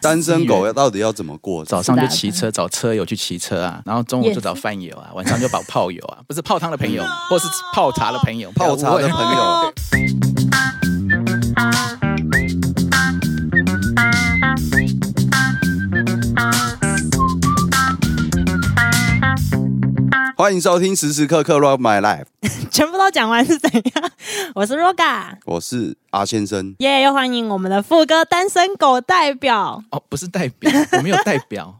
单身狗要到底要怎么过？早上就骑车找车友去骑车啊，然后中午就找饭友啊，晚上就找炮友 啊，不是泡汤的朋友，或是泡茶的朋友，泡茶的朋友。欢迎收听时时刻刻 Rock My Life，全部都讲完是怎样？我是 Roga，我是阿先生，耶又欢迎我们的副歌单身狗代表，哦，不是代 表，我没有代表，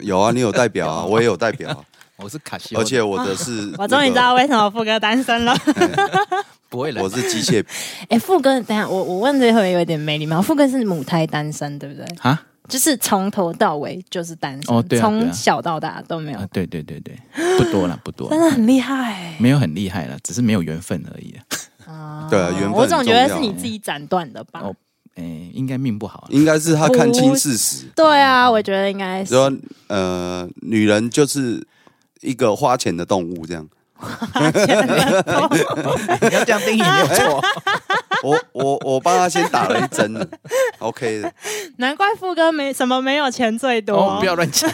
有啊，你有代表啊，我也有代表、啊，我是卡西欧而的，且我的是、 我终于知道，为什么副歌单身了。不会来我吧。是机械， 哎，副歌，等一下我我问这会有点没礼貌，副歌是母胎单身，对不对？啊就是从头到尾就是单身，哦对啊对从啊小到大都没有啊，，对对对对，不多了，不多真了，的很厉害没有很厉害了，只是没有缘分而已啊。啊对啊缘分很我总觉得是重要你自己斩断的吧？哦哎，应该命不好啊。应该是他看清事实，对啊，我觉得应该是说呃，女人就是一个花钱的动物这样。你要这样定义没有 错。我我我帮他先打了一针了，OK 的。难怪副歌没什么没有钱最哦，多不。要乱啊讲。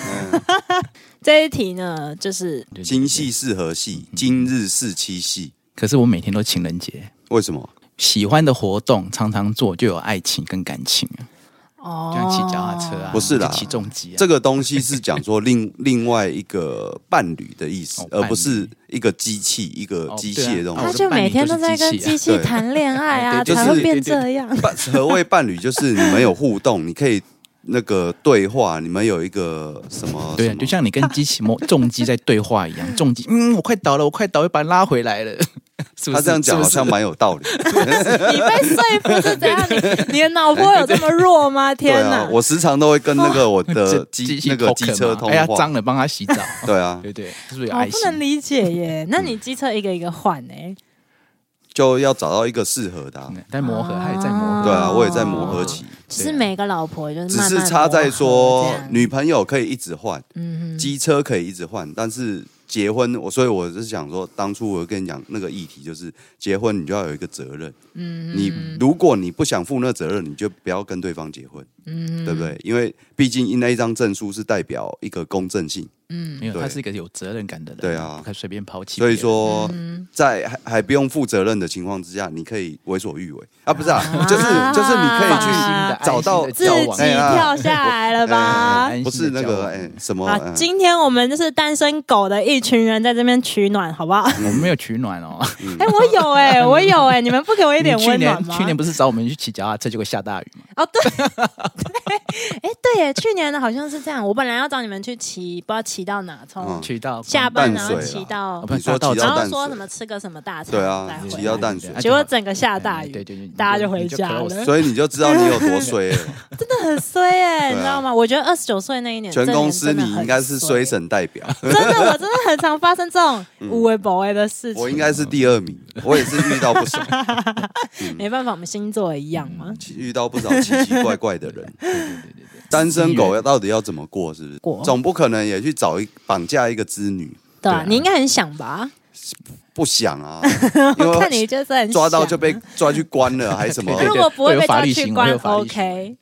这一题呢，就是对对对嗯今夕是何夕？今日是七夕。可是我每天都情人节，为什么？喜欢的活动常常做，就有爱情跟感情啊，哦就像骑脚踏车啊，不是啦就骑重机啊，这个东西是讲说另另外一个伴侣的意思哦，而伴侣不是一个机器、一个机械的东哦对啊他西。就每天都在跟机器啊谈恋爱啊，哎对对才会变这样。 哦伴何谓伴侣？就是你们有互动，你可以那个对话，你们有一个什么？对哦什啊，么就像你跟机器 某重机在对话一 样，重机，嗯，我快倒了，我快倒了，又把它拉回来了， 是不是？他这样讲好是像不是蛮有道理。你被说服是怎样？你你的脑波有这么弱吗？对天啊哪，！哦我时常都会跟那个我的 机呃机器那个 poke 机车嘛通哎呀，话。脏了，帮他 洗澡，对啊，对对，是不是有我爱哦不心？能理解 耶。那你机车一个一个换哎，就要找到一个适合的啊。嗯在磨合，哦还在磨合，对啊，我也在磨合期。其实每个老婆就是只慢慢是差在磨说合这样女朋友可以一直换，嗯哼机车可以一直换，但是结婚，我所以我是想说，当初我跟你讲那个议题，就是结婚你就要有一个责任，嗯你如果你不想负那责任，你就不要跟对方结婚，嗯对不对？因为毕竟那一张证书是代表一个公正性，嗯没有，对他是一个有责任感的人，对啊不可以随便抛弃别所人。以说嗯在还还不用负责任的情况之下，你可以为所欲为啊，不是啊，啊就是就是你可以放心去的找到自己跳下来了吧？不是那个哎、哎，什么、啊，嗯今天我们就是单身狗的一群人在这边取暖，好不好？我们嗯没有取暖哦。哎，我有 哎，我 有哎，你们不给我一点你 去温暖年吗？去年不是找我们去骑脚踏车，结果下大雨嘛？哦，对，对，哎，对耶，去年的好像是这样。我本来要找你们去骑，不知道骑到哪，从嗯骑到下班然淡后水啦骑到哦，不你说大道骑然到后淡说什水么，吃个什么大餐，对啊再，回来骑到淡水啊，结果整个下大对雨，对对，大家就回家了你就对所以你就知道你有多 衰了。真的很衰哎，啊你知道吗？我觉得二十九岁那一年，全这公年司真的你很应该是衰衰。神代表， 真 的，我真的很常发生这种无为不为的事我情。应该是第二名，我也是遇到不 少没办法，我们星座一样嘛。遇到不少奇奇怪怪 的人。对对对对对，单身狗要到底要怎么过？是不是过？总不可能也去找一绑架一个织女，对对啊啊，你应该很想吧？不想 啊，因我看你为就是很 抓到想啊就被抓去关了，还 什么？对对如对果不会会有被法抓律去行为关会有法律行为，OK。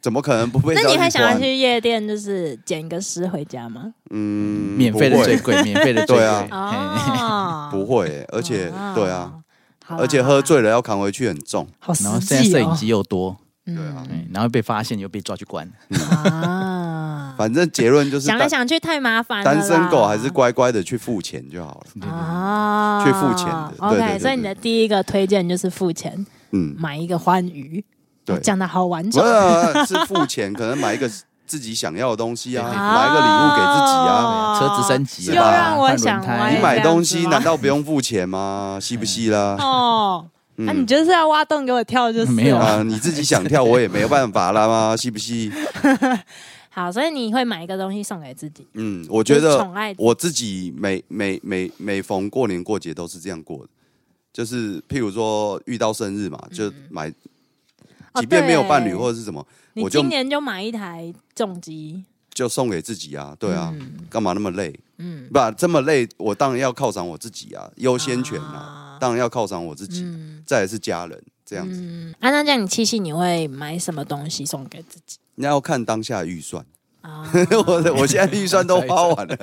怎么可能不被那抓你还想要关？去夜店，就是捡一个尸回家吗？嗯，免费的不会最贵，免费的 最对啊贵。嘿哦，不会欸，而且哦对啊，，好啊啦而且喝，醉了要扛回去很重。好实然后现在际摄影哦机又多，对啊嗯，然后被发现又被抓去关。啊反正结论就是 想来单想去太麻烦了啦，单身狗还是乖乖的去付钱就好了。啊，去付钱的对对对对 OK，所以你的第一个推荐就是付钱嗯，买一个欢愉，对。讲的好完不整是。啊是付钱，可能买一个自己想要的东 西啊，对买一个礼物给自己啊。哦车子升级是啊，又让我换轮想胎歪你买东西哦哎这样子吗难道不用付钱 吗？吸不吸啦？哦，那你嗯就是要挖洞给我跳，就是没有了啊，你自己想跳，我也没有办法啦嘛，吸不吸？好，所以你会买一个东西送给自己，嗯，我觉就是得宠爱自己我自己每每每每逢过年过节都是这样过的，就是譬如说遇到生日嘛，就买，哦即便没有伴侣对或者是什么，你我就今年就买一台重机，就送给自己啊，对啊，干嘛那么累？嗯，不这么累，我当然要犒赏我自己啊，优先权啊，啊当然要犒赏我自己。嗯，再来是家人，这样子。啊，那这样你七夕你会买什么东西送给自己那要看当下预算，啊？ 我的我现在预算都花完 了。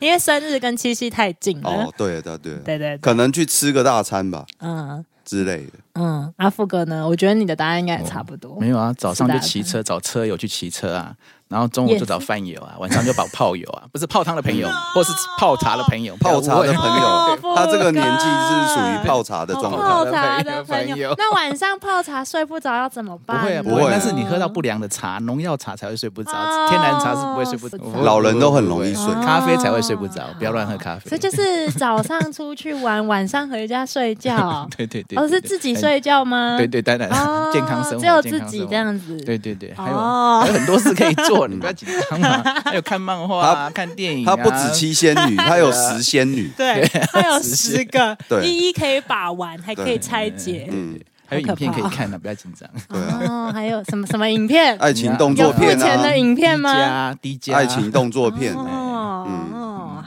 因为生日跟七夕太近了哦，，对对对，对对对，可能去吃个大餐吧嗯之类的。嗯。阿富哥呢？我觉得你的答案应哦该也差不多没。有啊，早上就骑车找车友去骑车啊，然后中午就找饭友啊，晚上就找炮友 啊，不是泡汤的朋嗯友，或是泡茶的朋友，泡茶的朋 哦友，他这个不年纪是属敢于泡茶的状态。泡茶的朋朋友友，那晚上泡茶睡不着要怎么不办？会啊，不会啊但是你喝到不良的茶，农药茶才会睡不着哦，天然茶是不会睡不着是这，样老人都很容易睡哦咖啡才会睡不着，不要乱喝咖啡。。所以就是早上出去玩， 晚上回家睡觉对 对对，对哦，是自己，睡觉吗？对对对，当然哦，健康生活，只有健自康己生活这。样子。对对对，还有哦还有很多事可以做，你不要紧张 嘛。还有看漫画啊，看电影啊，他不止七仙女，他有十仙女。对， 它 有十个，对一一可以把玩，还可以对拆解。嗯，还有影片好可可怕以看的，不要紧 张。对啊，哦，还有什么什么影片？哎爱情动有作付片钱的啊，影片低吗？加低加爱情动作片，哦嗯哦，好，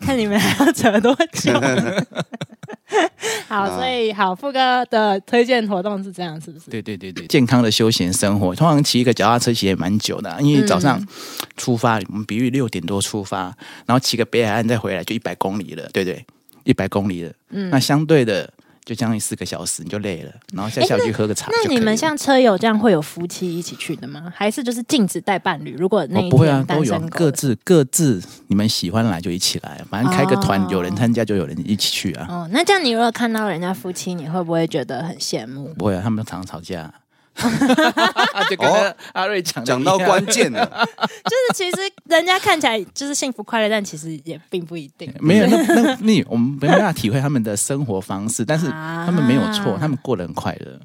看你们还要扯多 久。好，所以好，富哥的推荐活动是这样，是不是？对对对对，健康的休闲生活，通常骑一个脚踏车其实也蛮久的啊、因为早上嗯出发，我们比喻六点多出发，然后骑个北海岸再回来就一百公里了，对不对？一百公里了，嗯，那相对的就将近四个小时，你就累了，然后下下午去喝个茶就可以哎那了。你们像车友这样会有夫妻一起去的吗？还是就是禁止带伴侣？如果那哦一，不会啊都天，单有啊身狗各的自各自，你们喜欢来就一起来，啊反正开个团，哦有人参加就有人一起去啊。哦，那这样你如果看到人家夫妻，你会不会觉得很羡 慕？不会啊，他们常 常吵架，就跟那阿瑞讲的讲到一样关键 了，就是其实人家看起来就是幸福快乐，但其实也并不一定。没有，那那你我们没办法体会他们的生活方式，但是啊他们没有错，他们过得很快乐，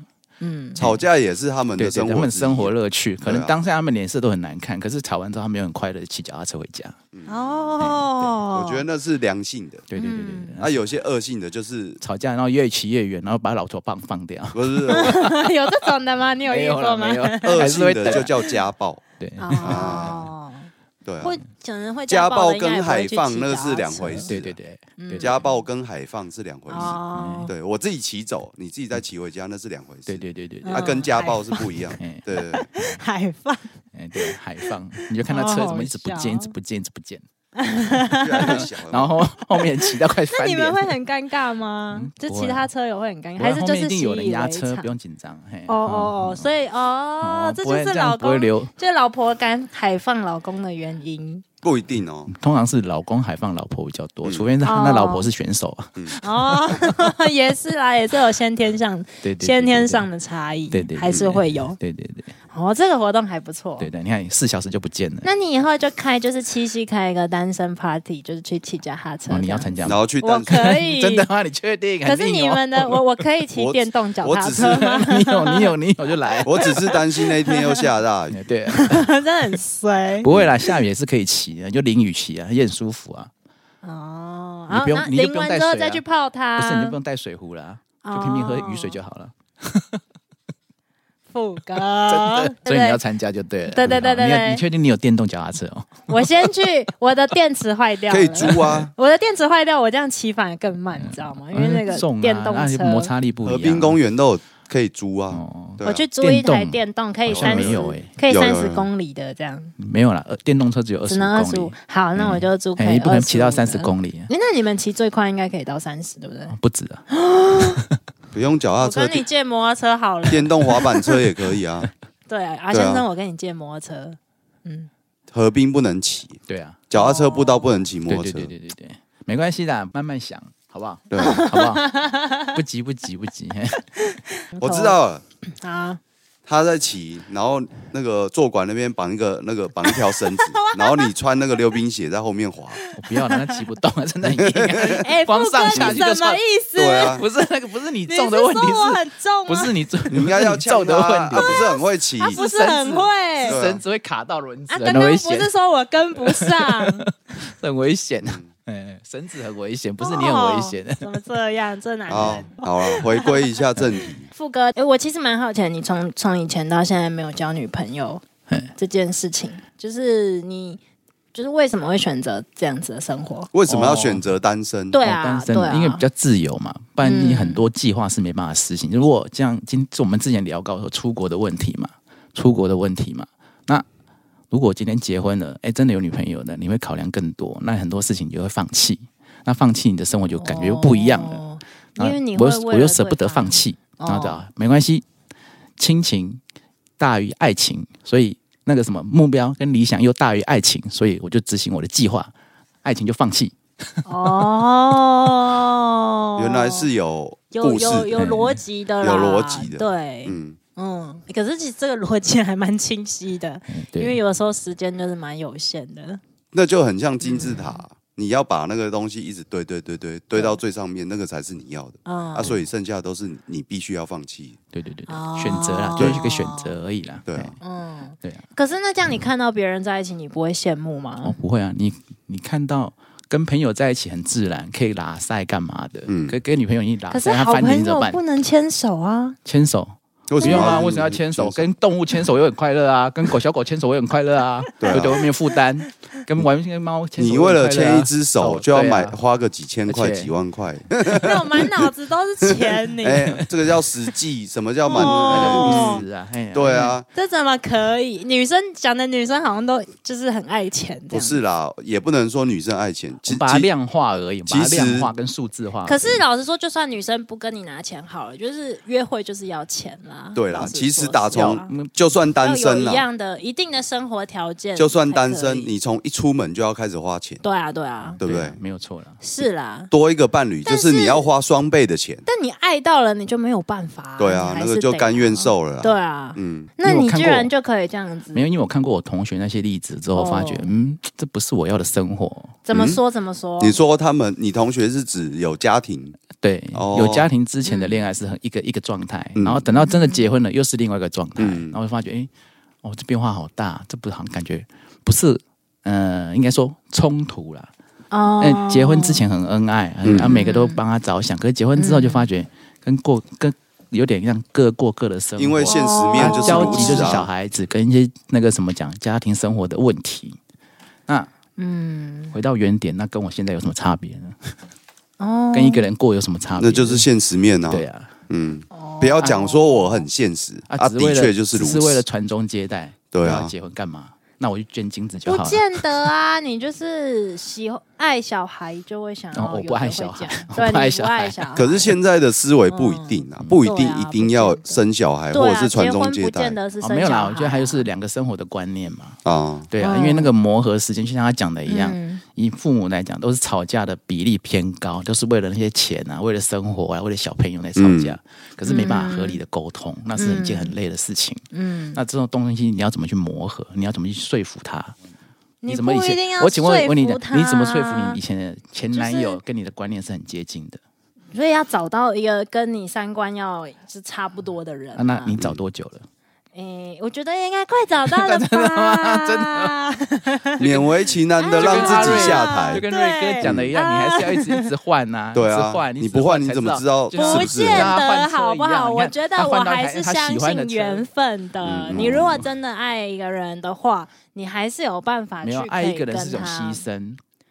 吵架也是他们对的对，生他活们之一，生活乐趣，可能对啊当下他们脸色都很难看，可是吵完之后他们又很快乐地骑脚踏车回家，哦我觉得那是良性的。对对对嗯对对，啊，有些恶性的就是吵架然后越骑越远，然后把老头棒放掉，不 是得 有这种的吗？你有遇过了吗没？有，恶还是性会的等就啊，叫家暴，对，哦， 对啊会，可能会家暴暴的应该也跟不会海去放骑那脚是踏两车回事对对对嗯对，家暴跟海放是两回事。哦，对我自己骑走，你自己再骑回家，那是两回事。对对对对对啊，跟家暴是不一样嗯。对对， 对海放哎对，海放，你就看哦到车怎么一直不见，一直不见，一直不见，越来越小了。然后后面骑到快那翻你脸，们会很尴尬吗？就嗯不其会啊他车友会很尴尬，不会还是后就面一是定习有以人压为车，常不？用紧张，嘿，哦哦哦，所以哦，这嗯不就会是这样老不会公，留。就是老婆敢海放老公的原因。不一定哦，通常是老公海放老婆比较多，嗯除非是他哦那老婆是选手啊。哦， 也是啦，也是有先天上、对对对，先天上的差异，对对对还是会有。对。对对对哦，这个活动还不错。对对，你看四小时就不见了，哦那你以后就开，就是七夕开一个单身 party，就是去骑脚踏车这哦，样。你要参加然吗？后去我淡水，可 以，真的。吗？你确定？ 可是肯定你有啊们的，我我 可以骑我电动脚我踏只车 吗？你有你有你有就来。哎我只是担心那一天又下大 雨。对，啊 真的很 衰不会啦，下雨也是可以骑的，你就淋雨骑啊，也很舒服啊。哦。你然后不用那你就淋不用完带之后水啊再去泡它，不是，你就不用带水壶啦，哦就拼命喝雨水就好了。。副歌 所以你要对参加就对了。嗯对对对对你有对你确定你有电动脚踏车哦？ 我先去，我的电池坏掉了，可以租啊，我的电池坏掉，我这样骑反而更慢，你知道吗？因为那个嗯重啊电动那车，摩擦力不一河样。啊滨公园都有可以租啊。哦，对啊我去租一台电动电动，可以好像三没十有欸，可以有有三有十公里的这样，没有啦，呃电动车只有二只十能二十公五里。。好，那我就租可哎，以你不可能骑到25的三十。公里啊，哎那你们骑最快应该可以到三十，对不对？不止啊！不用脚踏我车跟，你借摩托车好了。电 动滑板车也可以啊。对啊，阿对啊先生，我跟你借摩托车。河滨不能骑，对啊，脚踏车步道不能骑摩对托对车对。对对对，没关系的，慢慢想，好不好？对，好不好？不急不急不急，嘿我知道了。啊，他在骑，然后那个坐馆那边绑一个 那个绑一条绳 子，然后你穿那个溜冰鞋在后面滑。我不要了，那骑不动啊，真的很硬啊。哎，光富哥上下你去就什么算意思？对 啊，不是那个，不是你你重是的说问题，我是很重吗？啊不是你重？你应该要不是你重呛的他问啊，题啊，不是很会骑他。不是绳子很会对啊绳子会卡到轮子啊，，刚很刚危不险是，说我跟不上，很危险啊。哎，绳子很危险，不是你很危险哦，怎么这样？这男好人，，好了，回归一下正题。富哥，哎，我其实蛮好奇的，你从从以前到现在没有交女朋友嘿这件事情，就是你就是为什么会选择这样子的生活？为什么要哦选择单身？，对哦啊单，身对的啊，因为比较自由嘛，不然你很多计划是没办法实行。如果这样，今我们之前聊到说出国的问题嘛，出国的问题嘛，那如果今天结婚了，哎，真的有女朋友的，你会考量更多，那很多事情你就会放弃，那放弃你的生活就感觉又不一样了。哦因那为你我会又为我又了舍不得对方放弃，哦然后就啊，没关系，亲情大于爱情，所以那个什么目标跟理想又大于爱情，所以我就执行我的计划，爱情就放弃。哦 原来是有有故事，有有哎逻辑的啦，有逻辑的对，嗯，嗯，可是其实这个逻辑还蛮清晰的，嗯对，因为有的时候时间就是蛮有限的，那就很像金字塔，嗯你要把那个东西一直堆堆堆堆堆到最上面，那个才是你要的嗯，啊，所以剩下都是你必须要放弃。对对对，对哦选择啦，对就是一个选择而已啦。对啊哎嗯，对啊，可是那这样你看到别人在一起，你不会羡慕吗哦？不会啊，你你看到跟朋友在一起很自然，可以拉塞干嘛的？嗯嗯，跟跟女朋友一起拉可是塞，她好翻脸朋你怎么友办不？能牵手 啊，牵手为不什用啊？么为什么要牵手？跟动物牵手也很快乐 啊，跟狗小狗牵手也很快乐啊，对啊对对，没有负担。跟玩跟猫牵手也你很快为乐啊，了牵一只手就要买对啊花个几千块而且几万块，没有，满脑子都是钱，你哎，这个叫实际，什么叫满？哦哎那就死啊！哎呀对，啊，嗯这怎么可以？女生讲的女生好像都就是很爱钱，不？是啦，也不能说女生爱钱，我其们把它其量化而已，把它其实量化跟数字啊化。可是老实说，就算女生不跟你拿钱好了，就是约会就是要钱啦。对啦老实说其实打是要从啊嗯就算单要有身一啦，样的一定的生活条件才可以，就算单身，你从一出门就要开始花钱，对啊对啊对不啊对？没有错了。是啦，多一个伴侣就但是是你要花双倍的钱，但你爱到了你就没有办法、对啊你，还那是个就得甘愿。受了啦。对啊，嗯，那因为你我看居过然就可以这样子没，有，因为我看过我同学那些例子之后，发觉、哦嗯，这不是我要的生活。怎么说怎么说？你说他们，你同学是指有家庭，对，哦有家庭之前的恋爱是很一个、一个状态，嗯然后等到真的结婚了，又是另外一个状态。嗯然后我就发觉，哎，哦，这变化好大，这不好像感觉不是，呃，应该说冲突啦。哦那、结婚之前很恩爱，很嗯啊，每个都帮他着想，可是结婚之后就发觉跟过跟有点像各过各的嗯生活，因为现实面哦就是交如集就此是小啊。孩子跟一些那个什么讲家庭生活的问题。那嗯回到原点，那跟我现在有什么差别呢？哦 跟一个人过有什么差别？那就是现实面啊，对啊，嗯，哦不要讲说我很现实啊，啊，只的是为了确就是如只是为了此，传宗接代，对要啊，结婚干嘛？那我就捐精子就不好了。见得啊，你就是喜欢爱小孩就会想要哦我有不爱人会小孩讲 我对，不爱你小不爱孩小孩。可是现在的思维不一定嗯啊，不一定对啊一定要生小孩或对者啊是传宗接结婚不代见得是哦，生没有小啦，孩我觉得还有是两个生活的观念嘛。 啊，对啊，哦因为那个磨合时间，就像他讲的一样，嗯以父母来讲，都是吵架的比例偏高，都是为了那些钱啊，为了生活啊，为了小朋友在吵架，嗯可是没办法合理的沟通，那是一件很累的事情。嗯，那这种东西你要怎么去磨合？你要怎么去说服他？你怎么以不一前定要我请问说问你服的，他你怎么说服你以前的前就是男友跟你的观念是很接近的？所以要找到一个跟你三观要是差不多的人、啊、那嗯你找多久了？诶、我觉得应该快找到 了吧？真的吗？真的勉为其难的就跟让自己下阿啊台就，跟对瑞哥讲的一样，啊你还是要一直一直换呐、对啊一直换，你不换你怎么知道就是不不是见啊得好不好？我觉得我还是他相喜欢的信车缘分的。嗯你如果真的爱一个人的话，你还是有办法去没有可以爱一个人跟是种他牺牲、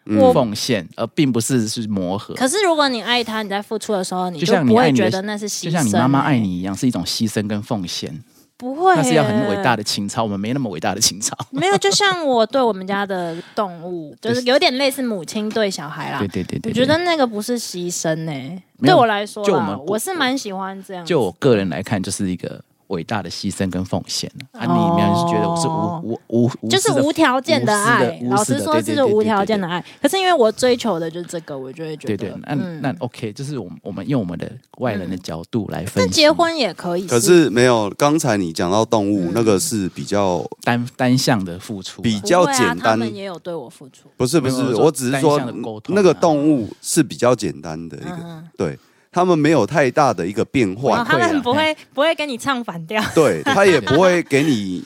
嗯我奉献，而并不是是磨合。可是如果你爱他，你在付出的时候，你就像你不爱会你觉的得那是牺牲、欸就像你妈妈爱，你一样，是一种牺牲跟奉献，不会、那是要很伟大的。的情操。我们没那么伟大的情操。没有，就像我对我们家的动物，就是有点类似母亲对小孩啦对。对对我对，觉得对那个不是牺牲呢、没对有我来说啦，就我们我是蛮喜欢这样子。就我个人来看，就是一个伟大的牺牲跟奉献啊。你哦没有是觉得我是无无无，无就是私的无条件的爱。无私的老无私实的说，对这对是对对无条件对的爱。可是因为我追求的就是这个，我就会觉得，对嗯对，那那 OK，就是我们我们用我们的外人的角度来分但析。结婚也可以。可是没有，刚才你讲到动嗯物那个是比较单单向的付出啊，比不会啊较简他单们也有对我付出。不是不没有是，我说我只是说单向的沟通啊那个动物是比较简单的一嗯个，哼，对他们没有太大的一个变然后化，他会啦们不嘿 会不会跟你唱反调。对他也不会给你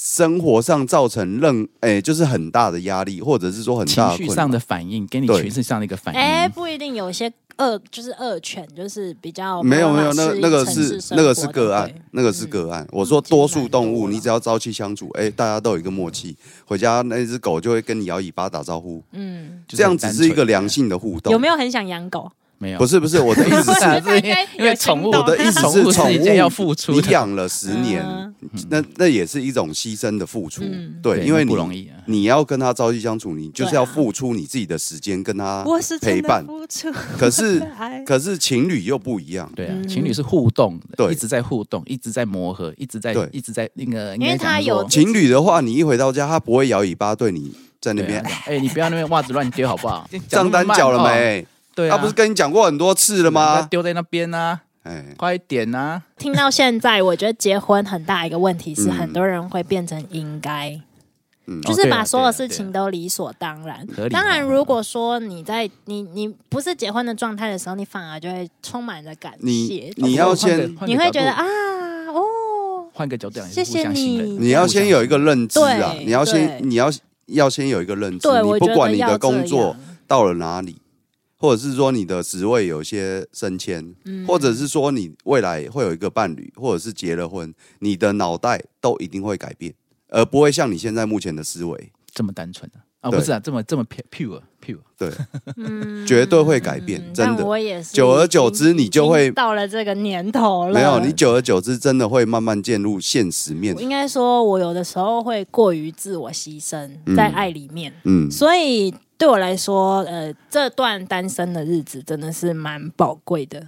生活上造成任 哎、就是很大的压力，或者是说很大情的绪困上扰的反应，给你对情绪上的一个反应。哎、不一定，有些恶就是恶犬，就是比较没有没没有有，办法那适应那个城是市生那个活是的个案对，嗯那个是个案。我说多数动其实蛮多物，的你只要朝夕相处，哎，大家都有一个默契，回家那只狗就会跟你摇尾巴打招呼，嗯，就是这样子是一个良单纯性的互动。有没有很想养啊狗？没有？不是是不是，我的意思是， 大家应该因为有宠物心动我的意思是，宠宠物是一物件要付出你的，养了十年嗯，那那也是一种牺牲的付出嗯，对，因为不你容易啊。你要跟它朝夕相处，你就是对啊要付出你自己的时间跟它我是真陪的伴。付出，可是 爱可是情侣又不一样，对啊嗯，情侣是互动的，对一直在互动，一直在磨合，一直在对一直在那个，因为他有情侣的话，你一回到家，它不会摇尾巴对你在那那边边，哎，你不要那边袜子乱丢好不好？讲账那么单慢缴了？哦没？对他啊，不是跟你讲过很多次了人家吗？丢在那边啊，哎，快一点啊！听到现在，我觉得结婚很大一个问题是，嗯很多人会变成应该。嗯就是哦对把啊所有对事啊情都理所当然合。理当然，嘛如果说你在你你不是结婚的状态的时候，你反而就会充满着感谢你，你要先，啊换个你会觉得，换个角度啊哦，换个角度讲，啊谢谢互相信任你你要先有一个认知啊，对你要先，对你要要先有一个认知，对你我不觉管得你要的工这作样。到了哪里，或者是说你的职位有一些升迁，或嗯者是说你未来会有一个伴侣，或者是结了婚，你的脑袋都一定会改变，而不会像你现在目前的思维，这么单纯啊？啊，对不是啊，这么这么 pu- pure pure，对，嗯绝对会改变嗯真的但我也是，久而久之你就会到了这个年头了。没有，你久而久之真的会慢慢进入现实面我，应该说，我有的时候会过于自我牺牲嗯在爱里面，嗯，所以对我来说，呃，这段单身的日子真的是蛮宝贵的。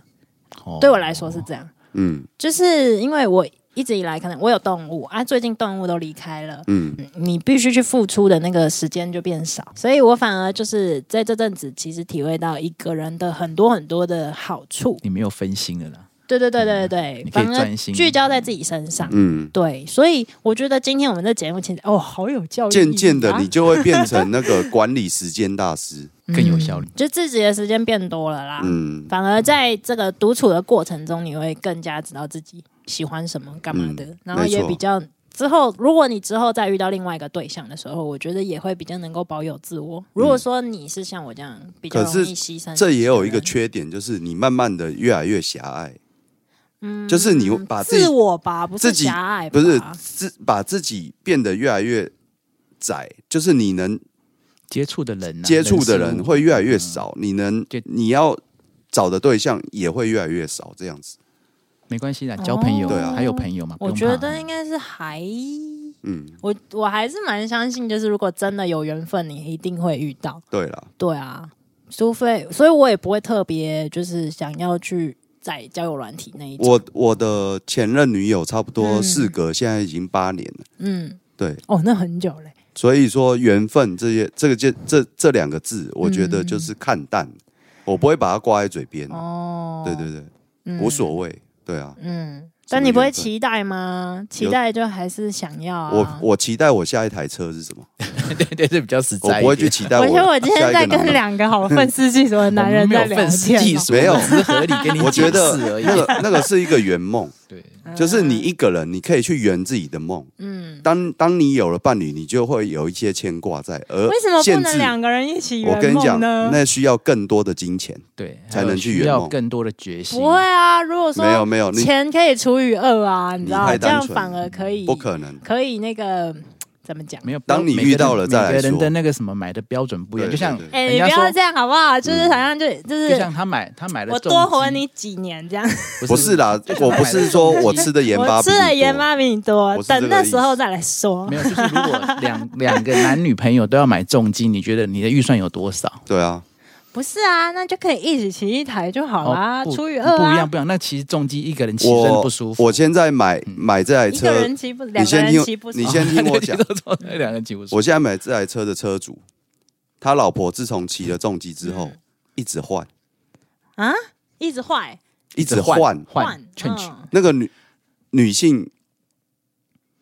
哦对我来说是这样。嗯就是因为我一直以来可能我有动物啊，最近动物都离开了，嗯，你必须去付出的那个时间就变少，所以我反而就是在这阵子其实体会到一个人的很多很多的好处。你没有分心了啦，对对对对对嗯你对，可以反专而心聚焦在自己身上。嗯，对，所以我觉得今天我们的节目其实哦，好有教育意义啊、渐渐的你就会变成那个管理时间大师。更有效率嗯，就自己的时间变多了啦。嗯，反而在这个独处的过程中，你会更加知道自己喜欢什么、干嘛的，嗯然后也没错比较之后，如果你之后再遇到另外一个对象的时候，我觉得也会比较能够保有自我。如果说你是像我这样比较可是容易牺牲，这也有一个，缺点，就是你慢慢的越来越狭隘。嗯，就是你把自己自我吧，不自是己狭隘不吧，是自把自己变得越来越窄，就是你能接触的人啊，接触的事人物会越来越少，你能就你要找的对象也会越来越少，这样子。没关系啦，交朋友对啊还有朋友嘛，不我用觉怕得应该是还。嗯，我我还是蛮相信，就是如果真的有缘分，你一定会遇到。对了，对啊，嗯除非，所以我也不会特别就是想要去在交友软体那一种。我我的前任女友差不多嗯事隔现在已经八年了，嗯，对，哦，那很久嘞。所以说缘分这些这个这这这两个字，我觉得就是看淡，我不会把它挂在嘴边。哦，对对对，对无所谓，对啊。嗯，什么但你不会缘分期待吗？期有待就还是想要啊。我我期待我下一台车是什么？ 对对对，比较实我在一点。不会去期待我我觉得我今下天一个在男跟朋友两个好愤世嫉俗的我们 男人没在有聊愤世天嫉哦。俗，没有我们只是合理跟你我觉解释得而已那。个那个是一个圆梦，对，就是你一个人，你可以去圆自己的梦。嗯，当当你有了伴侣，你就会有一些牵挂在，而为什么不呃限能制。两个人一起我跟圆你讲，梦呢？那需要更多的金钱。对，才还有能去需圆要梦更多的决心。不会啊，如果说没有没有，你钱可以除以二啊，你你知道，太这单样纯反而可以不可能。可以那个怎么讲？没有，当你每个遇到人了再来每个人说的那个什么买的标准不一样，对就像对对哎、人你家不说要这样好不嗯好？就是好像就、就就是像他买他买了我重多活机你几年这样，不是啦，我不是说我吃的盐巴我比吃你了盐多巴比你多我，是这个等那意思时候再来说没。有，就是如果两 两个男女朋友都要买重机，你觉得你的预算有多少？对啊，不是啊，那就可以一起骑一台就好啦，哦不除以二不一样啊。不一样。那其实重机一个人骑真的我不舒服。。我现在买买这台嗯一个车人，骑不，两你个先人听骑不，你爽先听我讲两个人骑不舒服。我现在买这台车的车主，他老婆自从骑了重机之后，一直换，啊，一直坏一直换。换劝取，嗯那个女女性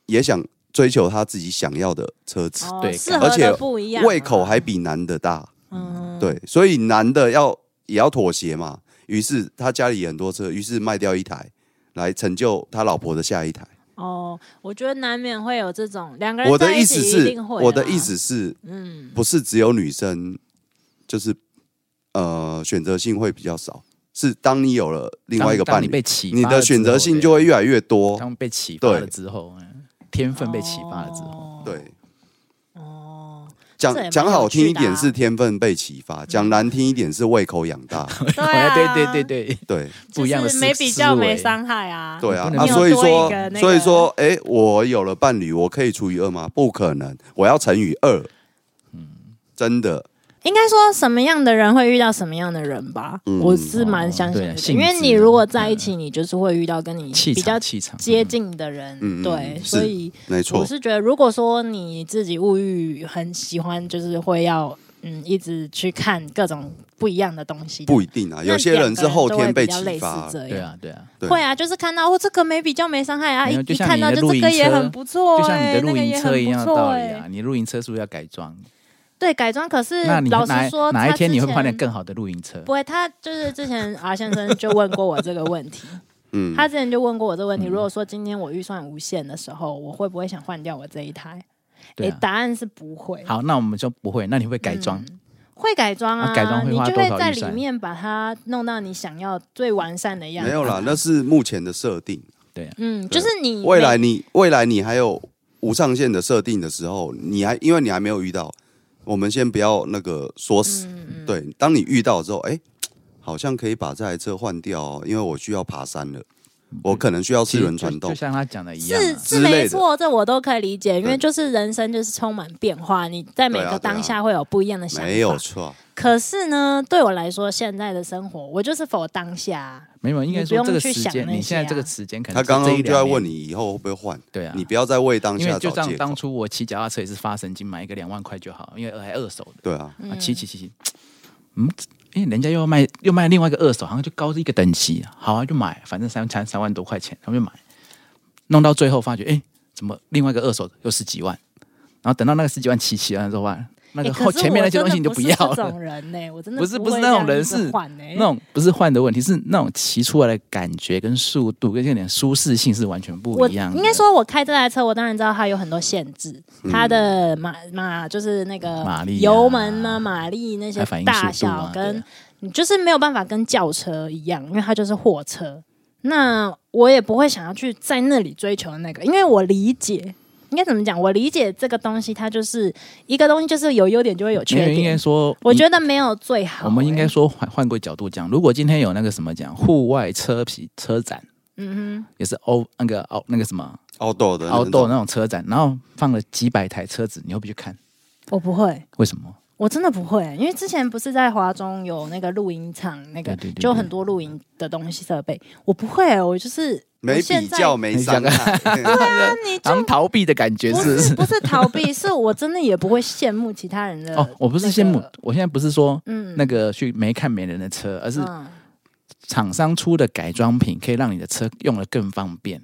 也想追求她自己想要的车子，哦对适合而且的不一样啊，胃口还比男的大，嗯，对，所以男的要也要妥协嘛。于是他家里很多车，于是卖掉一台来成就他老婆的下一台。哦，我觉得难免会有这种两个人我的在一意思起一是定，会啊啦我的意，思是，嗯，不是只有女生，就是呃选择性会比较少，是当你有了另外一个当伴你侣，被启发你了的之选择后性对就会越来越多。当被启发了对之后，嗯天分被启发了之后，哦，对，哦，这讲也蛮讲有好听趣一的点啊嗯是天分被启发，讲难听一点是胃口养大。对啊，哦对对对 对，对不一样的就是思没比较思维没伤害啊，对啊，你不啊，能所以又多说一个那个所以说，哎，我有了伴侣，我可以除以二吗？不可能，我要乘以二。嗯真的，应该说什么样的人会遇到什么样的人吧，嗯我是蛮相信哦对的啊，因为性质嗯你如果在一起，你就是会遇到跟你气比较场气场接近的人，嗯嗯对，嗯所以没我错，是觉得，如果说你自己物欲很喜欢，就是会要嗯一直去看各种不一样的东西的，不一定啊。那有些两人个是后都会天被比较启类似发，这对样。啊对啊，对会啊，就是看到哦，这个没比较没伤害啊，没一有就一像看你到的就露这营个也车很不错、欸，就像你的那露个营也车很一样不的道错理欸啊，你露营车是不是要改装？对，改装可是那你老哪实说，哪一他天之你会换前辆更好的露营车不？会，他就是之前 R 先生就问过我这个问题，嗯，他之前就问过我这个嗯问题。如果说今天我预算无限的时候，我会不会想换掉我这一台？对诶啊答案是不会，好，那我们就不会，那你会改装？嗯会改装啊，啊改装会你花就多会少在预里算面把它弄到你想要最完善的样子。没有 啦，那是目前的设定。对啊，嗯，就是你未来每你未来你还有无上限的设定的时候，你还因为你还没有遇到，我们先不要那个说死。嗯对，当你遇到之后，哎、好像可以把这台车换掉、哦，因为我需要爬山了，我可能需要其四实轮传就动嗯就。像他讲的一样啊，是是之类没的错，这我都可以理解，因为对就是人生就是充满变化，你在每对啊个对啊当下会有不一样的想法。没有错，可是呢，对我来说，现在的生活我就是否当下啊，没有，应该你不说用这个去时想间，那你些现在这个啊时间可能他是这刚刚就一两在年问，你以后会不会换，对啊，你不要再为当因下为就找像借当口。初我骑脚踏车也是发神经，买一个两万块就好，因为还二手的。对啊，啊，骑骑骑骑，嗯，哎、人家又要卖又卖另外一个二手，好像就高一个等级，好啊，就买，反正三三三万多块钱，他们就买，弄到最后发觉，哎、怎么另外一个二手有十几万，然后等到那个十几万骑起来之后吧，啊那个欸后可是前面我那些真东的西你就不不要是这了种。人呢、我真的不是不不是会那种这样人子是换 欸那种不是换的问题，是那种骑出来的感觉跟速度跟这点舒适性是完全不我一样的。嗯应该说，我开这台车，我当然知道它有很多限制，它的马马就是那个马力啊油门啊、马力那些还反应速度大啊小，对啊跟你就是没有办法跟轿车一样，因为它就是货车。那我也不会想要去在那里追求那个，因为我理解。应该怎么讲？我理解这个东西，它就是一个东西，就是有优点就会有没缺有应该点。说，我觉得没有最好、我们应该欸说换换个角度讲，如果今天有那个什么讲户外车皮车展，嗯哼，也是欧那个奥那个什么凹豆的凹奥斗那种车展，然后放了几百台车子，你会不会去看？我不会。为什么？我真的不会，因为之前不是在华中有那个露营场，那个对对对对就很多露营的东西设备，我不会，我就是没我现比在较没伤害。那你好像逃避的感觉不是不是是？ 不是逃避，是我真的也不会羡慕其他人的、哦，我不是羡慕那个，我现在不是说嗯那个去没看没人的车，而是嗯，厂商出的改装品可以让你的车用的更方便，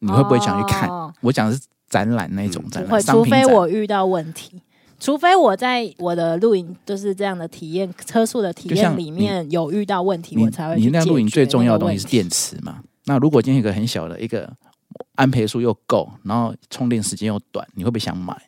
你会不会想去看哦？我讲的是展览那种展览，不会，商除品非展。我遇到问题。除非我在我的露营就是这样的体验车速的体就像验里面有遇到问题，你我才会去你那解录影决最重那要个的东西问是题电池嘛？那如果今天有一个很小的一个安培数又够，然后充电时间又短，你会不会想买？啊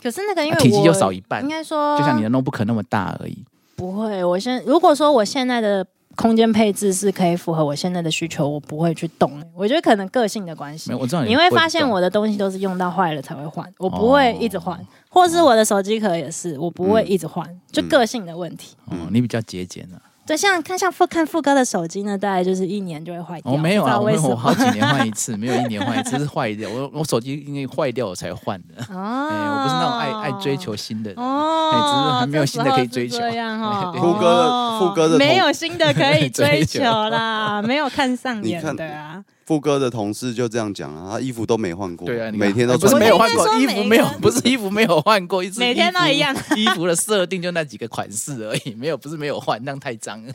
可是那个因为体积我就少一半应该说就像你的 notebook 那么大而已。不会，我现如果说我现在的空间配置是可以符合我现在的需求，我不会去动、我觉得可能个性的关系没有，，我知道你会不发现懂我的东西都是用到坏了才会换，我不会一直换，嗯或是我的手机壳也是，我不会一直换，就个性的问题。哦，你比较节俭啊。对，像看像富看富哥的手机呢，大概就是一年就会坏掉，哦，没有啊，不我知没有道我为什好么。几年换一次，没有一年换一次，是坏掉。我我手机因为坏掉我才换 的。哦 哎，我不是那种爱爱追求新的人。哦，哎只是还没有新的可以追求这时候是这样 哦对富哥的富哥的同没有新的可以追 追求求啦，没有看上眼你看的啊。富哥的同事就这样讲啊，他衣服都没换过，对啊，你看每天都哎不是穿没有换我过应衣该说服，没每有个不是衣服没有换过，一直每天都一样。 衣服的设定就那几个款式而已，没有不是没有换，那样太 脏了。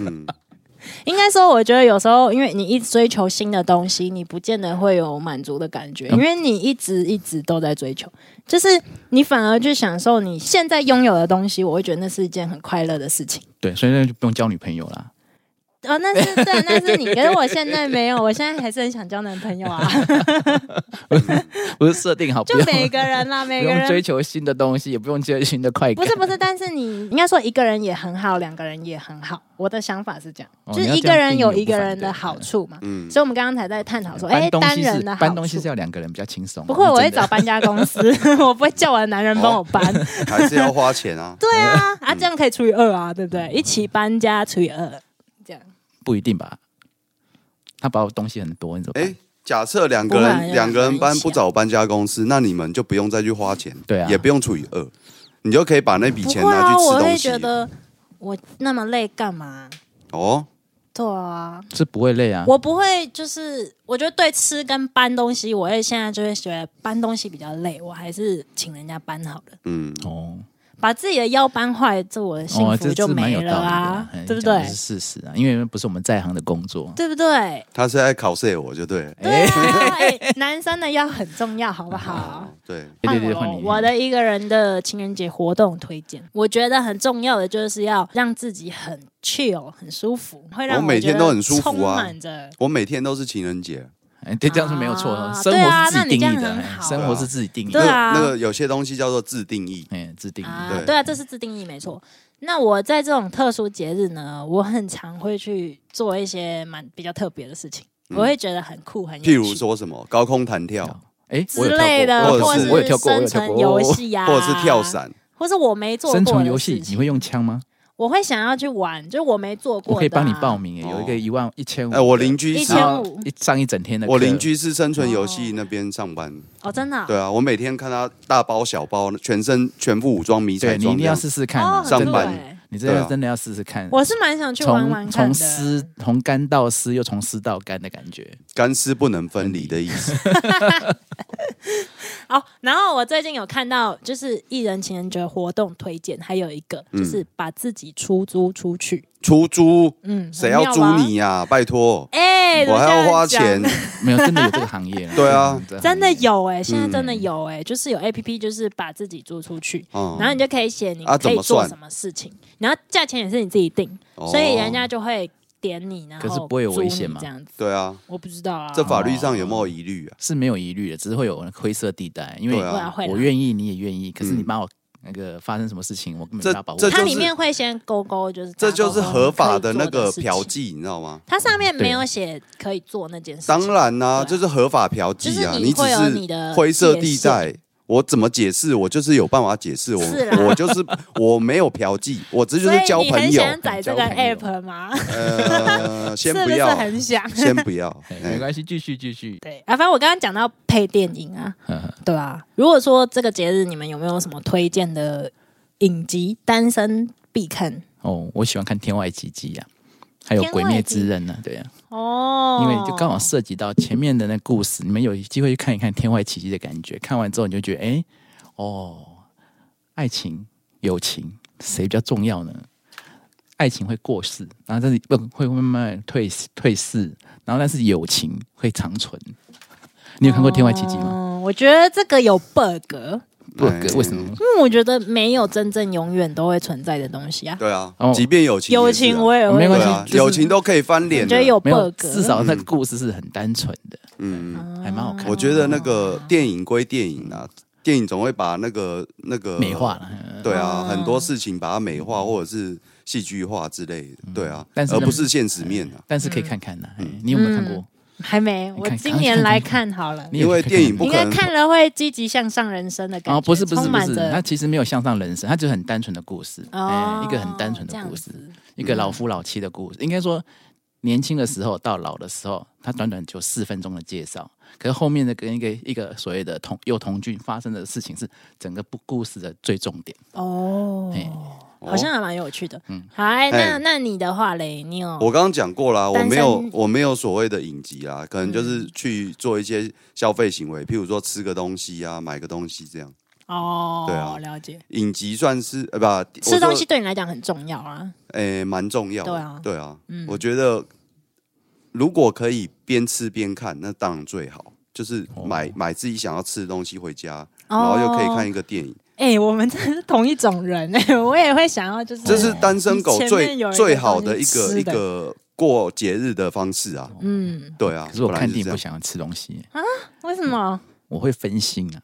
嗯，应该说，我觉得有时候，因为你一直追求新的东西，你不见得会有满足的感嗯觉，因为你一直一直都在追求，就是你反而去享受你现在拥有的东西，我会觉得那是一件很快乐的事情。对，所以那就不用交女朋友啦。哦，那是对，那是你。可是我现在没有，我现在还是很想交男朋友啊。不是设定好， 不就用每个人啦，不每个用追人求新的东西，也不用追求新的快感。不是不是，但是你应该说一个人也很好，两个人也很好。我的想法是这样，哦就是你要一这个样人定义有我一不个反人的对好嗯处嘛。嗯，所以我们刚刚才在探讨说，哎，搬东单西是人的好搬东西处是。要两个人比较轻松。啊不会，我会真的找搬家公司， 我不会叫我的男人帮我搬。。还是要花钱啊 对啊，啊，这样可以除以二啊，对不对？一起搬家除以二，这样。不一定吧？他把我东西很多，你怎么办？哎，假设两个不会人啊两个人搬很不小找搬家公司，那你们就不用再去花钱，对啊也不用除以二，你就可以把那笔不钱会拿啊，去吃我会东觉西。得我那么累干嘛？哦，对啊，是不会累啊。我不会，就是我觉得对吃跟搬东西，我会现在就会觉得搬东西比较累，我还是请人家搬好了。嗯，哦把自己的腰搬坏，这我的幸哦，福这就是蛮没有了道理的啊啊，，哎对你不讲的对是？事实啊，因为不是我们在行的工作。对不对？他是在考试欸我就对了。对啊，哎男生的腰很重要，好不 好？哦，对，对对对，换换我你。我的一个人的情人节活动推荐，我觉得很重要的就是要让自己很 chill，很舒服，会让我哦每觉得天都很舒服啊充满着我每天都是情人节。哎，对，这样是没有错的啊，生对活啊是自己定那你义这的，样很哎好啊生活是自己定义那对个的，啊那个有些东西叫做自定义。哎，自定义。啊对，对啊，这是自定义没错。那我在这种特殊节日呢，我很常会去做一些蛮比较特别的事情，嗯我会觉得很酷，很有趣譬如说什嗯么高空弹跳，啊哎，我有之跳过类的，或者或是我有跳过，我有跳生存过游戏啊，或者是跳，伞，或是我没做生过存的游事戏，你情会用枪吗？我会想要去玩，就是我没做过的啊、我可以帮你报名，欸哦有一个一万一千嗯五。哎，我邻居是1500然后一上一整天的课，我邻居是生存游戏那边上班，哦，真的啊、对啊，我每天看他大包小包，全身全副武装迷彩对你一装定这要样，试试看哦啊，很上真酷的班欸你真对的啊真的要试试看。我是蛮想去玩从玩看从的。湿从干到湿，又从湿到干的感觉。干湿不能分离的意思。 哦，然后我最近有看到，就是艺人情人节活动推荐，还有一个嗯就是把自己出租出去。出租，嗯，谁要租很妙吧？你呀？拜托，哎、我怎么还这要样花讲钱，没有，真的有这个行业 啦。对啊这个行业，真的有哎、现在嗯真的有哎、就是有 A P P，就是把自己租出去，然 后嗯，你就可以写你啊可以怎么做算什么事情，然后价钱也是你自己定，所以人家哦就会点你，然后可是不会有租危你险吗这样子，对啊，我不知道啊，这法律上有没有疑虑啊？是没有疑虑的，只是会有灰色地带，因为对啊会啊会啊我愿意，你也愿意，可是你嗯把我那个发生什么事情，我根本这没法保护这你。就它是里面会先勾勾，就是这就是合法的的那个嫖嫖。妓，你知道吗？它上面没对有写可以做那件事情，当然啦、对这啊是合法嫖妓啊，就是你只会有你的是灰色地界限带。我怎么解释？我就是有办法解释。我是啦我就是我没有嫖妓，我这就所以是交你很朋友。想载这个交朋友 app 吗？呃，先是不不是要，很想？先不要。哎哎没关系，继续继续。 对啊，反正我刚刚讲到配电影啊，对吧？如果说这个节日你们有没有什么推荐的影集，单身必看哦，我喜欢看《天外奇迹》啊，还有天《外鬼灭之刃》呢。对啊，哦因为就刚好涉及到前面的那故事，你们有机会去看一看《天外奇迹》的感觉。看完之后你就觉得，哎，哦，爱情、友情谁比较重要呢？爱情会过世，然后但是不会慢慢退退逝，然后但是友情会长存。你有看过《天外奇迹》啊吗？嗯，我觉得这个有 bug，因不哎，为什么？为我觉得没有真正永远都会存在的东西啊。对啊哦，即便友情也是啊，友情我也会没对关系啊，就是友情都可以翻脸的我觉得。有没有， bug，至少那个故事是很单纯的，嗯，还蛮好看的。我觉得那个电影归电影啊，电影总会把那个那个美化。了，嗯对啊，嗯很多事情把它美化或者是戏剧化之类的，对啊，嗯但是而呢不是现实面啊。但是嗯可以看看的。哎你有没有看过？还没，我看今年来看好了。你也因为可以看看电影不应可该能看了会积极向上人生的感觉，哦，不是不是充不满是，它着其实没有向上人生，它就是很单纯的故事，哦哎，一个很单纯的故事这，样子一个老夫老妻的故事。应该说，年轻的时候到老的时候，它短短就四分钟的介绍，可是后面的跟一个一个所谓的同幼童剧发生的事情是整个不故事的最重点。哦哎，好像还蛮有趣的。嗯嗯，好，哎那哎那你的话嘞，你有我刚刚讲过啦，我单身没有我没有所谓的影集啦，可能就是嗯去做一些消费行为，譬如说吃个东西啊，买个东西这样。哦，对啊了解。影集算是呃不，吃东西我说，对你来讲很重要啊，诶，蛮重要的。对啊对啊，我觉得如果可以边吃边看，那当然最好。就是哦买、买自己想要吃的东西回家，然后又可以看哦。一个电影，哎，我们真的是同一 种人哎，我也会想要就是这是单身狗前面最有一个最好的一东西个吃一的个过节日的方式啊。嗯，对啊，可是我本来看就这电影不样想要吃东 西，为什么？我会分心啊。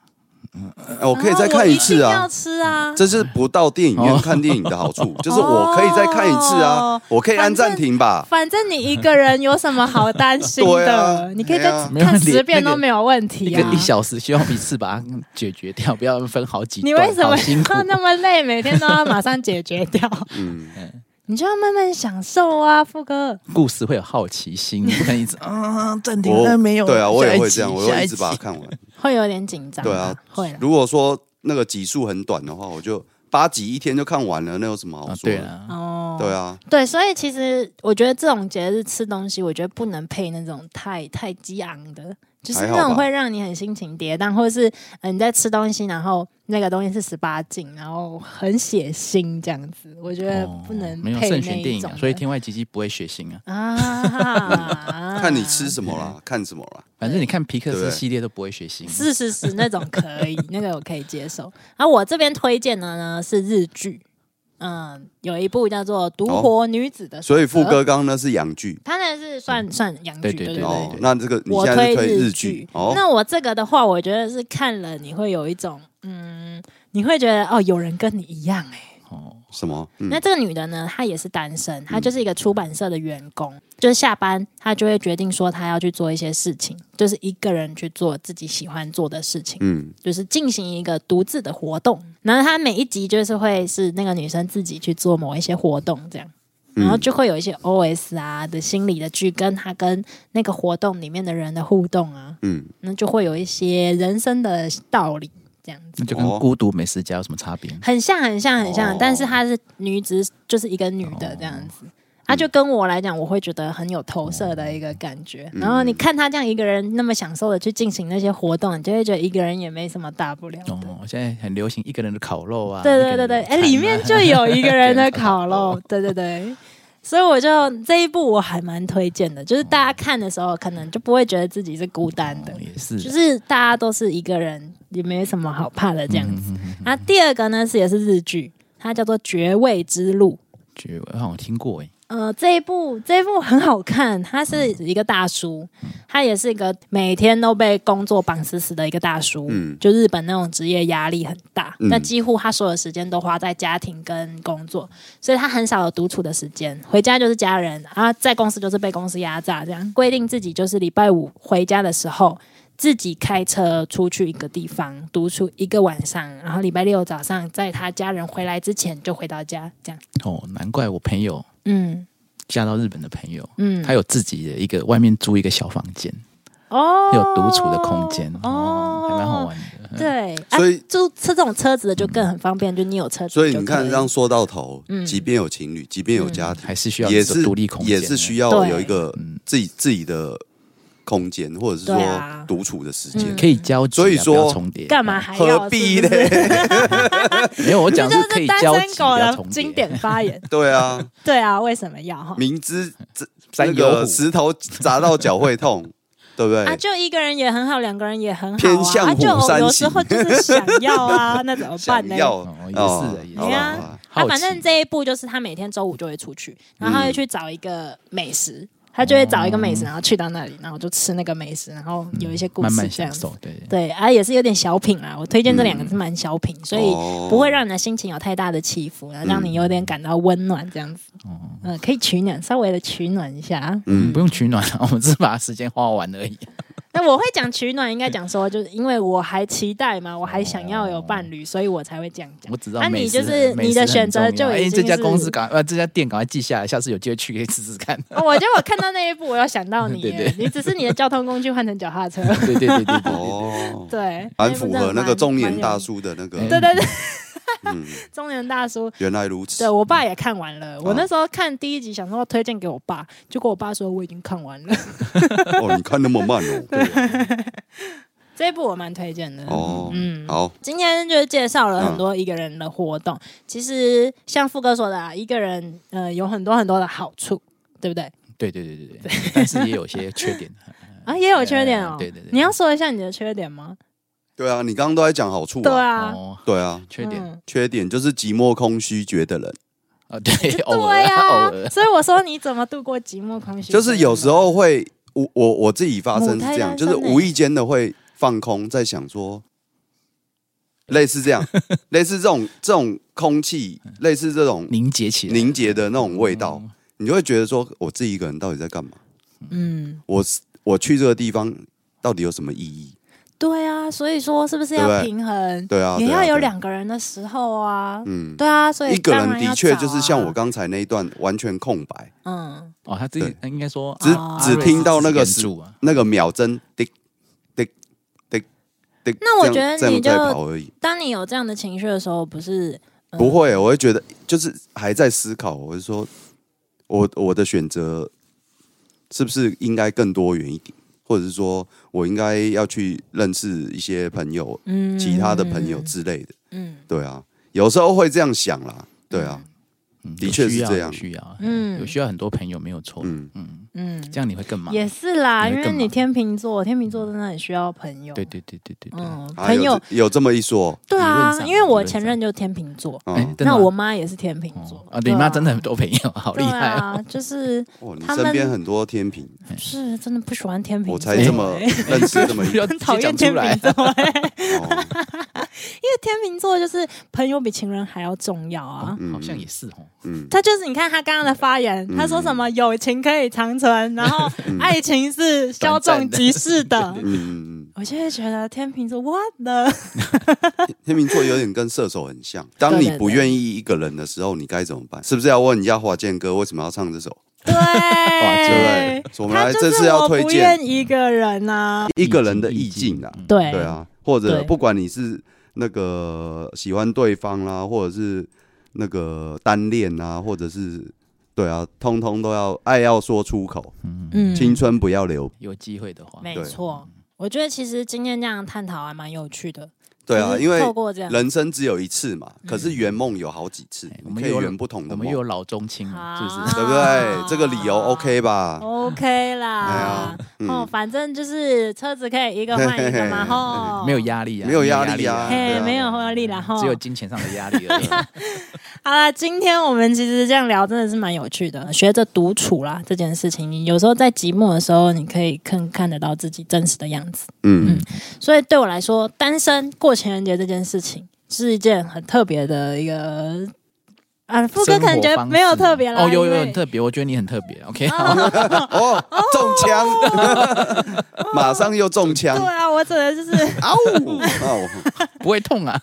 哎我可以再啊我看一次定啊要。吃啊，这是不到电影哦院看电影的好处，就是我可以再看一次啊哦，我可以按暂停吧。反正你一个人有什么好担 心对的啊？你可以哎再呀没有看十连遍那个都没有问一题个啊一。小时，希望一次把它 解决掉，不要分好几你段，为什么好辛苦？要那么累？每天都要马上解决掉，嗯， 你就要慢慢享受啊，富哥。故事会有好奇 心，你不可能一直啊暂停，我但没有。对啊，我也会下这样，集我会下一直集把它看完。会有点紧张吧，对啊会啦。如果说那个集数很短的话，我就八集一天就看完了，那有什么好啊，说对的？啊，哦，对啊，对，所以其实我觉得这种节日吃东西，我觉得不能配那种太太激昂的，就是还好那种吧，会让你很心情跌宕，或者是、呃、你在吃东西，然后那个东西是十八禁，然后很血腥这样子，我觉得哦啊不能没有配那慎选电一影种啊的。，所以天外奇迹不会血腥啊。啊看你吃什么啦，看什么啦。反正你看皮克对斯不对系列都不会血腥。啊是是是，那种可以，那个我可以接受。 然后我这边推荐的呢是日剧，嗯，有一部叫做《独哦活女子的》所以嗯副歌刚刚那是洋剧他那是算算洋剧，对对对对对哦，那这个你我现在是推日剧哦，那我这个的话，我觉得是看了你会有一种，嗯，你会觉得哦，有人跟你一样哎、哦，什么？嗯那这个女的呢，她也是单身，她就是一个出版社的员工，就是下班她就会决定说她要去做一些事情，就是一个人去做自己喜欢做的事情。嗯，就是进行一个独自的活动，然后她每一集就是会是那个女生自己去做某一些活动这样，然嗯后就会有一些 OS 啊的心理的剧，跟她跟那个活动里面的人的互动啊，嗯，那就会有一些人生的道理这样子那，就跟哦孤独美食家有什么差别？很像很像很像，哦但是她是女子，就是一个女的这样子。她就跟我来讲，我会觉得很有投射的一个感觉。嗯然后你看她这样一个人那么享受的去进行那些活动，你就会觉得一个人也没什么大不了的。哦，现在很流行一个人的烤肉啊。对一个对对人对，的哎、餐啊里面就有一个人的 烤肉，对对对，所以我就这一部我还蛮推荐的，就是大家看的时候可能就不会觉得自己是孤单的哦， 也是，就是大家都是一个人，也没什么好怕的这样嗯子。那、第二个呢是也是日剧，它叫做《绝味之路》。觉得好像听过哎，呃，这一部这一部很好看，他是嗯一个大叔，他也是一个每天都被工作绑死死的一个大叔，嗯就日本那种职业压力很大，嗯那几乎他所有时间都花在家庭跟工作，所以他很少有独处的时间，回家就是家人，啊，在公司就是被公司压榨，这样规定自己就是礼拜五回家的时候。自己开车出去一个地方独处一个晚上，然后礼拜六早上在他家人回来之前就回到家，这样。哦，难怪我朋友嗯嫁到日本的朋友，嗯，他有自己的一个外面租一个小房间，哦，有独处的空间，哦哦，还蛮好玩的。对，所以啊、就吃这种车子的就更很方便，就你有车子就所可，以你看，这样说到头，即便有情侣，即便有家庭，嗯还是需要也一个是独立空间也的是需要对有一个自己自己的空间，或者是对啊说独处的时间。可以交集啊，所以说不要重叠，干嘛？还要何必呢？嘞？没有，我这讲 就可是以单交集，身狗不要的重叠啊经。典 发言。 对啊，对啊，为什么要 哈？明知这山那有虎个石头砸到脚会痛，对不对？啊，就一个人也很好，两个人也很好啊。偏向啊，就虎山有时行候就是想要 啊，那怎么办想呢？要哦也是的也是的好对啦啊好嗯啦啊，好反奇正这一步就是他每天周五就会出去，然后他会去找一个美食，他就会找一个美食，然后去到那里，然后就吃那个美食，然后有一些故慢事慢这样享子。受，对，对啊，也是有点小品啦。我推荐这两个是蛮小品，所以嗯哦嗯不会让你的心情有太大的起伏，然后让你有点感到温暖这样子。哦嗯、可以取暖，稍微的取暖一下。嗯，不用取暖 啊，我们只是把时间花完而 已。那我会讲取暖，应该讲说，就是因为我还期待嘛，我还想要有伴侣，所以我才会这样讲哦我。只知道啊美你食就很，是美你食的很选择重要就已哎，经这家公是司赶呃，这家店赶快记下来，下次有机会去可以试 试看。哦，我觉得我看到那一部，我有想到你耶，对对你只是你的交通工具换成脚踏车， 对对对对对对，哦，对，蛮符合那个中年大叔。叔的那个哎。对对对，嗯， 中年大叔原来如此对。我爸也看完了，我那时候看第一集，想说推荐给我爸，结果我爸说我已经看完了。 哦，你看那么慢哦。对这一部我蛮推荐的。哦，嗯好，今天就介绍了很多一个人的活动，其实像富哥说的、啊，一个人呃有很多很多的好处，对不对？ 对对对对对，但是也有些缺点。啊，也有缺点哦。呃对对对你要说一下你的缺点吗？对啊，你刚刚都在讲好处对啊， 啊，哦，对啊，缺点嗯缺点就是寂寞、空虚、觉得冷。啊， 对， 偶对尔呀、啊，偶尔。所以我说你怎么度过寂寞空虚？就是有时候会，我我我自己发生是这样，母胎单就身是欸无意间的会放空，在想说，类似这样，类似这种这种空气，类似这种凝结嗯起来，凝结的那种味道，你就会觉得说，我自己一个人到底在干嘛？嗯，我是我去这个地方到底有什么意义？对啊，所以说是不是对不要对平衡？对啊，也对啊要对有，啊两个人的时候啊。嗯，对啊，所以一个当人然要的确找就是像我啊，刚才那一段完全空白，嗯，哦，他自己对他应该说只哦啊只听到那个阿瑞时是自己跟住啊，那个秒针滴滴滴滴，那我这样觉得这样你在就跑而已。当你有这样的情绪的时候，不是嗯不会，我会觉得就是还在思考，我是说，我我的选择是不是应该更多元一点，或者是说我应该要去认识一些朋友、嗯其他的朋友，之类的。嗯对啊，有时候会这样想啦。对啊，嗯的有确需是要这有样需要，嗯嗯，有需要很多朋友没有错，嗯嗯，嗯，这样你会更忙，也是啦，你因会为更你忙天秤座，天秤座真的很需要朋友。对对对对对对，哎嗯，啊朋友有这有这么一说，对理啊论，上因为我理论上前任就天秤座，哎嗯，，真的那吗我妈也是天秤座哦啊，对你妈真的很多朋友，好好厉害哦，哎啊， 就是哇，你他们身边很多天平，是真的不喜欢天秤座，我才这么认识这么 一要啊很哎讨厌直接讲天出来秤座，哎哦，因 为天秤座就是朋友比情人还要重要啊。 嗯 好像也是哦，嗯，他就是你看他刚刚的发言，他说什么友情可以长存，然 后爱情是稍纵即逝的。嗯嗯， 我就会觉得天秤座 what the 嗯天秤座有点跟射手很像。当对你对不对愿意一个人的时候，你该怎么办？是不是要问一下华健哥为什么要唱这首？对哎对不对，我们他来就是这次要我推不荐愿一个人啊，一个人的意境啊，嗯对对，啊，或者对不管你是那个喜欢对方啦、或者是那个单恋啊，或者是对啊，通通都要爱要说出口，嗯青春不要留。有机会的话，没对错，我觉得其实今天这样探讨还蛮有趣的。对啊，就是因为透过这样，嗯人生只有一次嘛，可是圆梦有好几次，哎我你们可以有圆不同我的们梦又，有老中青了，是不是？对不啊对？这个理由 OK 吧？ OK 啦哎呀，嗯哦，反正就是车子可以一个换一个嘛， 嘿嘿嘿吼，没有，压力啊，没有压力啊对嘿，啊没有压力啦，吼只。有金钱上的压力而已。啊好啦，今天我们其实这样聊真的是蛮有趣的，学着独处啦这件事情，你有时候在寂寞的时候，你可以看看得到自己真实的样子。嗯，所以对我来说，单身过情人节这件事情是一件很特别的一个。啊， 富哥生可活能觉得方没有式特别啦，哦，有因有为嗯很特别，我觉得你很特别。OK，好， 哦，中 枪，马上又中枪，对啊，我只能就是，嗷呜！哦， 不会痛啊。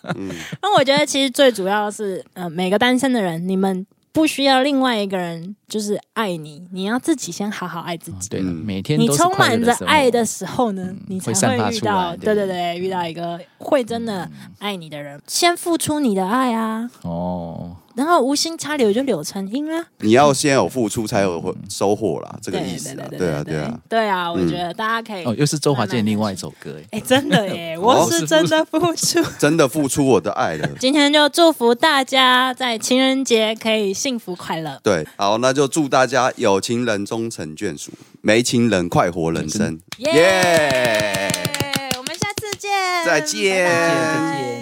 那我觉得其实最主要的是，呃，每个单身的人，你们不需要另外一个人就是爱你，你要自己先好好爱自己。对了，嗯每天你都是充快乐满着生活爱的时候呢，你嗯才会散发遇出到，来对对嗯对对，遇到一个会真的爱你的人，先付出你的爱啊，哦，然后无心插柳就柳成荫啊啦、你要先有付出，才有回收获啦，这这个意思啊，对啊，对啊。，对啊，我嗯觉得大家可以，哦，又是周华健另外一首歌哎。哎，真的耶，哦我是真的付 出。真的付出我的爱了。今天就祝福大家在情人节可以幸福快乐。对，好，那就祝大家有情人终成眷属，没情人快活人生，耶！我们下次见，再见拜拜再见